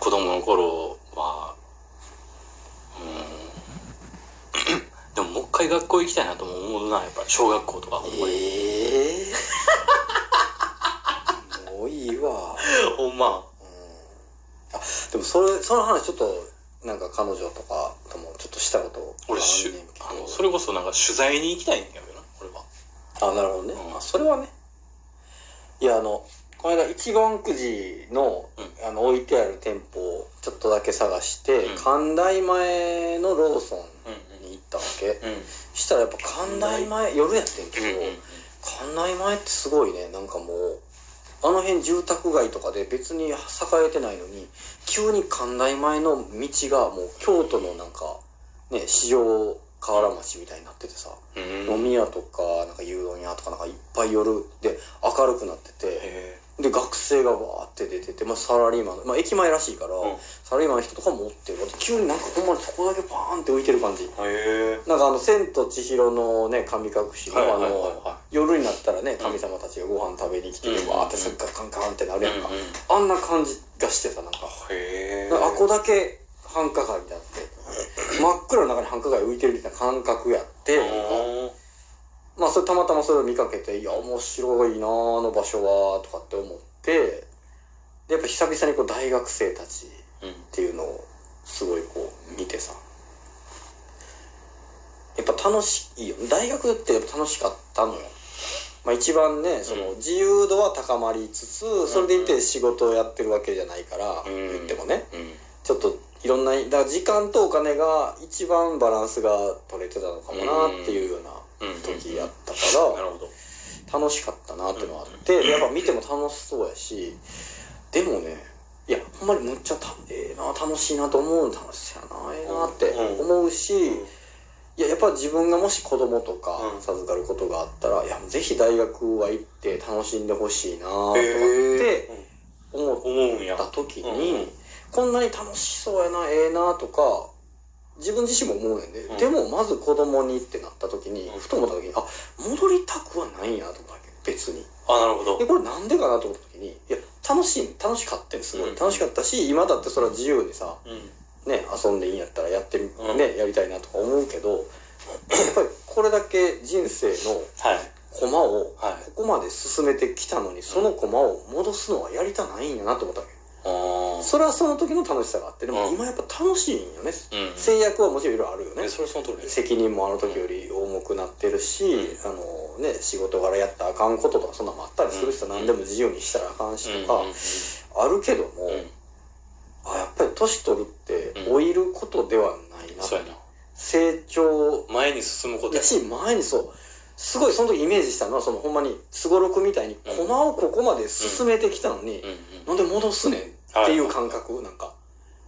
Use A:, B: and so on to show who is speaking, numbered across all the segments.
A: 子供の頃は、うん、でももう一回学校行きたいなとも思うな、やっぱり小学校とかほんまに。
B: ええもういいわ。
A: ほんま。
B: うんあ、でもそれ、その話ちょっと、なんか彼女とかともちょっとしたこと
A: 俺、しゅ
B: あんねんけど
A: あの、それこそなんか取材に行きたいんやけどな、俺は。
B: あ、なるほどね。
A: うん
B: あ、それはね。いや、あの、この間、一番くじの、
A: う
B: あの、置いてある店舗をちょっとだけ探して、
A: うん
B: 神台前のローソ
A: うん
B: ンに行ったわけ。
A: うん。
B: したらやっぱ神台前、夜やってんけど、
A: うん。うん。
B: 館内前ってすごいねなんかもうあの辺住宅街とかで別に栄えてないのに急に館内前の道がもう京都のなんかね市場河原町みたいになっててさ、
A: うん
B: 飲み屋とかなんか牛丼屋とかなんかいっぱい夜で明るくなってて
A: へ
B: で学生がわーって出てて、まあ、サラリーマン、まあ、駅前らしいから、
A: うん
B: サラリーマンの人とかもおって急になんかほんまにそこだけパーンって浮いてる感じ
A: え。へえ。
B: なんかあの「千と千尋のね神隠し」の
A: はいは
B: あ
A: いはい
B: の
A: は
B: 夜になったらね神様たちがご飯食べに来て
A: うん
B: わーってせっかくカンカンってなる
A: い。
B: や
A: うんん
B: か
A: うん。
B: あんな感じがしてたなんか
A: へえ。
B: なんかあこだけ繁華街で あって真っ暗の中に繁華街浮いてるみたいな感覚やって
A: うん
B: まあそれたまたまそれを見かけていや面白いなああの場所はとかって思ってでやっぱ久々にこう大学生たち
A: うん。
B: っていうのをすごいこう見てさやっぱ楽しいよ大学ってやっぱ楽しかったのよ、まあ、一番ねその
A: うん
B: 自由度は高まりつつそれでいて仕事をやってるわけじゃないから
A: うん
B: 言ってもね
A: うん。
B: ちょっといろんなだから時間とお金が一番バランスが取れてたのかもなっていうような
A: うん。
B: 時やったか
A: な
B: ら
A: るほど。
B: 楽しかったなっていうのはあってでやっぱ見ても楽しそうやしでもねいやほんまにむっちゃたええな楽しいなと思う楽しそうやなええなって思うし、いややっぱ自分がもし子供とか
A: うん
B: 授かることがあったら、いやぜひ大学は行って楽しんでほしいなとかっ
A: へ
B: て
A: え。
B: 思っ
A: 思うんや。
B: た時に、
A: うんうん
B: こんなに楽しそうやなええなとか自分自身も思うねんで、
A: うん
B: でもまず子供にってなった時に、
A: うん
B: ふと思った時にあ戻りたくはないんやと思ったわけ別に。
A: あ、なるほど。
B: でこれなんでかなと思った時にいや楽しい楽しかったよすご
A: う
B: い
A: ん
B: 楽しかったし今だってそれは自由にさ
A: うん。
B: ね遊んでいいんやったらやってみ、
A: うん
B: ねやりたいなとか思うけど やっぱりこれだけ人生の
A: はい。
B: 駒を
A: はい。
B: ここまで進めてきたのにその駒を戻すのはやりたないんやなと思ったわけ
A: あー
B: それはその時の楽しさがあってでも
A: うん
B: 今やっぱ楽しいんよ
A: う
B: ね
A: ん。
B: 制約はもちろんいろいろあるよね
A: えそれその通りです。
B: 責任もあの時より重くなってるし、
A: う
B: あのね、仕事柄やったらあかんこととかそんなんもあったりするしさ、
A: うん
B: 何でも自由にしたらあかんしとか、
A: うん
B: あるけども、
A: うんうん
B: あやっぱり年取るって
A: うん
B: 老いることではないな、
A: そうやな。
B: 成長
A: 前に進むことや
B: や。し前にそうすごいその時イメージしたのはそのほんまにすごろくみたいに
A: うん
B: 駒をここまで進めてきたのに、
A: うんうん。
B: なんで戻すねんっていう感覚、なんか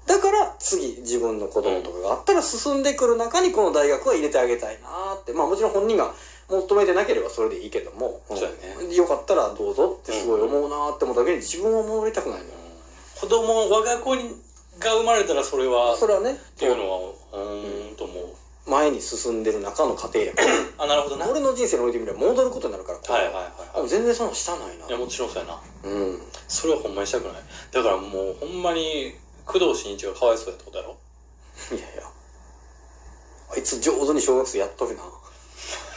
B: だから次自分の子供とかがあったら進んでくる中にこの大学は入れてあげたいなーってまあもちろん本人が求めてなければそれでいいけども、
A: そうや
B: うんよかったらどうぞってすごい思うなーって思うだけに自分は戻りたくないのよ、
A: 子供、我が子にが生まれたらそれは、
B: それはね
A: っていうのは、うーんと思う。
B: 前に進んでる中の過程やから
A: あ、なるほどな。はい
B: 俺の人生においてみれば戻ることになるからこれ
A: はい
B: は
A: は。
B: あ全然そのしたないない
A: いや、もちろんそうやな。
B: うん
A: それはほんまにしたくない。だからもう、ほんまに、工藤新一がかわいそうやってことやろ
B: いやいやあいつ上手に小学生やっとるな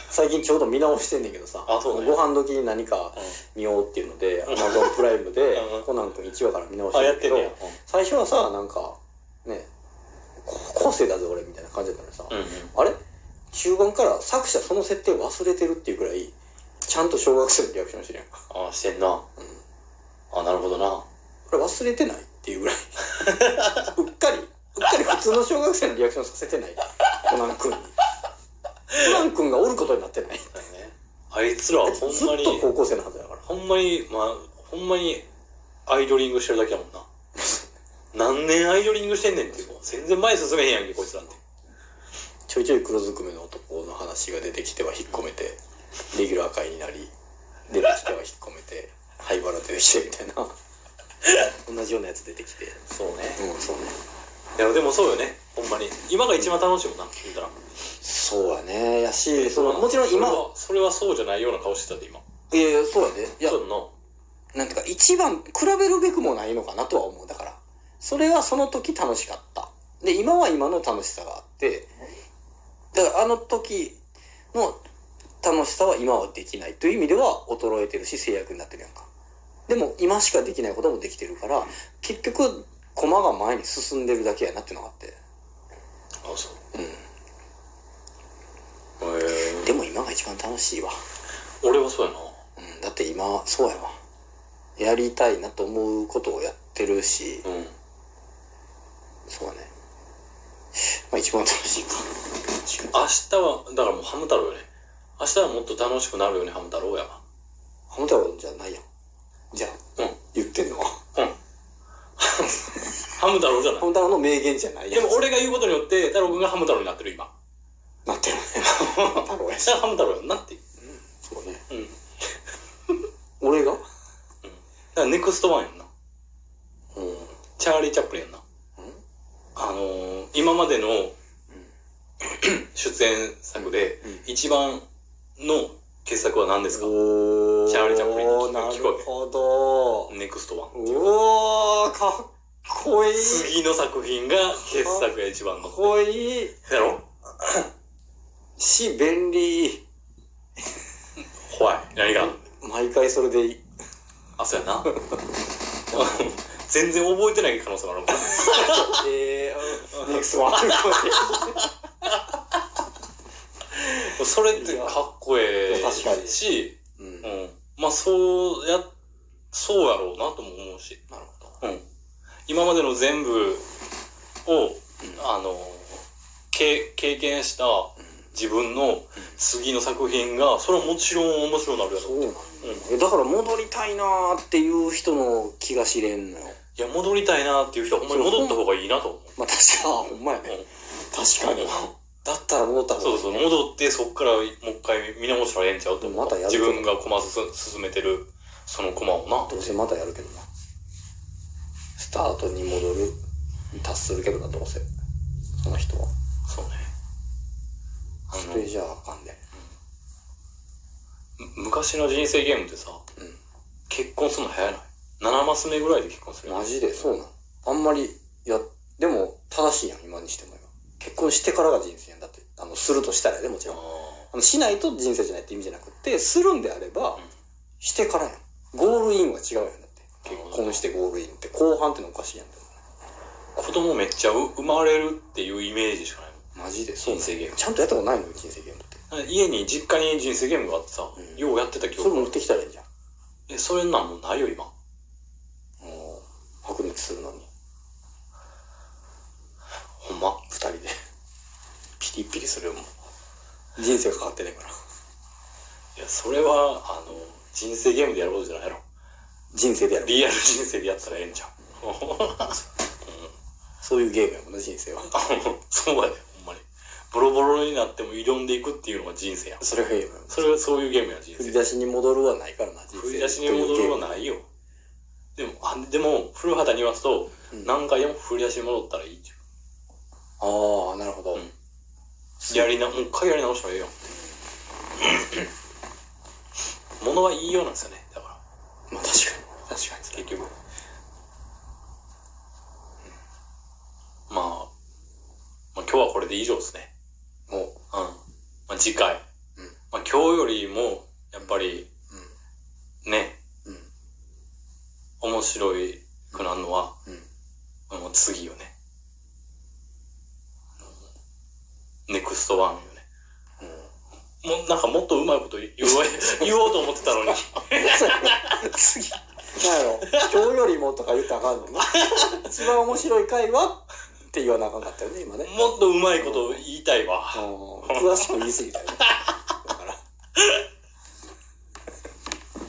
B: 最近ちょうど見直してんねんけどさ
A: あそうなんや
B: ご飯時に何か見ようっていうので Amazon プライムで
A: うん
B: コナン君1話から見直し
A: あ、
B: て
A: や
B: ん
A: っ
B: ねん
A: て
B: け
A: るやん。
B: ど最初はさなんかね高校生だぜ俺みたいな感じだったのにさ、
A: うん。うん
B: あれ中盤から作者その設定忘れてるっていうくらいちゃんと小学生のリアクションしてるやんか
A: うん。あ、してんな。あ、なるほどな。
B: これ忘れてないっていうぐ らいうっかりうっかり普通の小学生のリアクションさせてないコナン君にコナン君がおることになってない
A: だよねあいつらはほん
B: ずっ
A: まに、
B: と高校生のはずだから
A: ほんまに、まあ、ほんまにアイドリングしてるだけやもんな。何年アイドリングしてんねんっていう。全然前進めへんやんけ、こいつらって。
B: ちょいちょい黒ずくめの男の話が出てきては引っ込めてレギュラー会になり出てきては引っ込めて灰原出てきてみたいな同じようなやつ出てきて
A: そうね。
B: うんそうね
A: いや、でもそうよね。ほんまに。今が一番楽しいもんな、聞いたら。
B: そうやねやしそのもちろん
A: それ
B: 今
A: は、それはそうじゃないような顔してたで、今。
B: いやいやそうやねいや
A: そうやんな。
B: なんていうか一番比べるべくもないのかなとは思うだからそれはその時楽しかった。で、今は今の楽しさがあって、だからあの時の楽しさは今はできないという意味では衰えてるし制約になってるやんか。でも今しかできないこともできてるから、結局、駒が前に進んでるだけやなってのがあって。
A: あそう
B: うん。
A: へえ
B: でも今が一番楽しいわ。
A: 俺はそうやな
B: うん、だって今、そうやわ。やりたいなと思うことをやってるし、
A: うん
B: そうだね。まあ一番楽しいか。
A: 明日はだからもうハム太郎よね明日はもっと楽しくなるよねハム太郎やわ
B: ハム太郎じゃないやん。じゃあ、
A: うん
B: 言ってんのは。
A: ハム太郎じゃない
B: ハム太郎の名言じゃない
A: で
B: やん。
A: も俺が言うことによって太郎君がハム太郎になってる今
B: なってるね。太郎やし
A: じゃ。あハム太郎やんなっていう
B: そうね。
A: うんだ
B: 俺がうん。
A: からネクストワンやんなチャーリー・チャップリンやんなあのー、今までの 出演作で一番の傑作は何ですか
B: おー。
A: チャーリーチャップリンの聞
B: なる
A: 聞こえ
B: ほど。
A: ネクストワン
B: おー、かっこいい。
A: 次の作品が傑作や一番
B: か
A: の
B: っこいい。
A: やろ
B: し、便利。
A: 怖い何が
B: 毎回それでい い。
A: あそうやな 全然覚えてない可能性もあるもん
B: えー、ネクストワン。
A: それってかっこえ
B: いや確か
A: え
B: に
A: し、
B: うん。
A: う
B: なる
A: ん、まあそうやそうやろうなとも思うし、
B: ほど。
A: うん、今までの全部を、あのけ経験した自分の次の作品がそれはもちろん面白くなるやろ
B: そうなんだ、えだから戻りたいなーっていう人の気が知れんのよ
A: いや戻りたいなっていう人はほんまに戻った方がいいなと思う、
B: まあ確かにほんまやね
A: うん
B: 確かにだったら戻った方がいい
A: そ
B: ね
A: うそう戻ってそっからもう一回見直したらええんちゃうと思
B: ま
A: う
B: たやる
A: 自
B: けど
A: 分が駒進進めてるその駒をな
B: どうせまたやるけどなスタートに戻る達するけどなどうせその人は
A: そうねあの
B: それじゃああかんね
A: む昔の人生ゲームってさ、
B: うん
A: 結婚するの早いない7マス目ぐらいで結婚するやん
B: マジでそうなんあんまりやでも正しいやん今にしてもよ結婚してからが人生やんだってあのするとしたらやでもちろんあのしないと人生じゃないって意味じゃなくてするんであれば、
A: ん
B: してからやんゴールインは違うやんだって
A: なるほど
B: 結婚してゴールインって後半ってのおかしいやんだ
A: 子供めっちゃう生まれるっていうイメージしかないもん
B: マジで
A: 人生ゲーム
B: ちゃんとやったことないのよ人生ゲームって
A: なんか家に実家に人生ゲームがあってさ、
B: うん
A: ようやってた記
B: それ
A: 憶
B: 持ってきたらいいじゃん
A: えそれなんもうないよ今
B: もう白熱するのに
A: ほんま
B: 二人でピリピリするよもう人生が変わってないから
A: いやそれはあの人生ゲームでやることじゃないやろ
B: 人生でやる
A: リアル人生でやったらええんちゃう
B: そういうゲームやもんな人生は
A: そうやでほんまにボロボロになっても挑んでいくっていうのが人生や
B: それがゲームやもん
A: それはそういうゲームや人
B: 振り
A: 生
B: 出しに戻るはないからな人生
A: 振り出しに戻るは
B: ない
A: ないよでもあでも古畑に言わすと、
B: うん
A: 何回でも振り出しに戻ったらいいじ
B: ああなるほど、
A: うんゃんやりなもう一回やり直したらええよ ものはいいようなんですよねだか
B: まあ確かに確かにそ
A: ら
B: れ
A: 結局、まあ、まあ今日はこれで以上ですね
B: もう
A: うんまあ、次回、
B: うん
A: まあ、今日よりもやっぱりね
B: うんうん
A: 面白いくなるのは、
B: うん
A: もう次よねネクストワンよねもうなんかもっとうまいこと言おう言おうと思ってたのに
B: 次。なんやろ今日よりもとか言ったらあかんのな。一番面白い回はって言わなあかんかったよね、今ね。
A: もっとうまいこと言いたいわ
B: あの詳しく言い過ぎたよね。だから。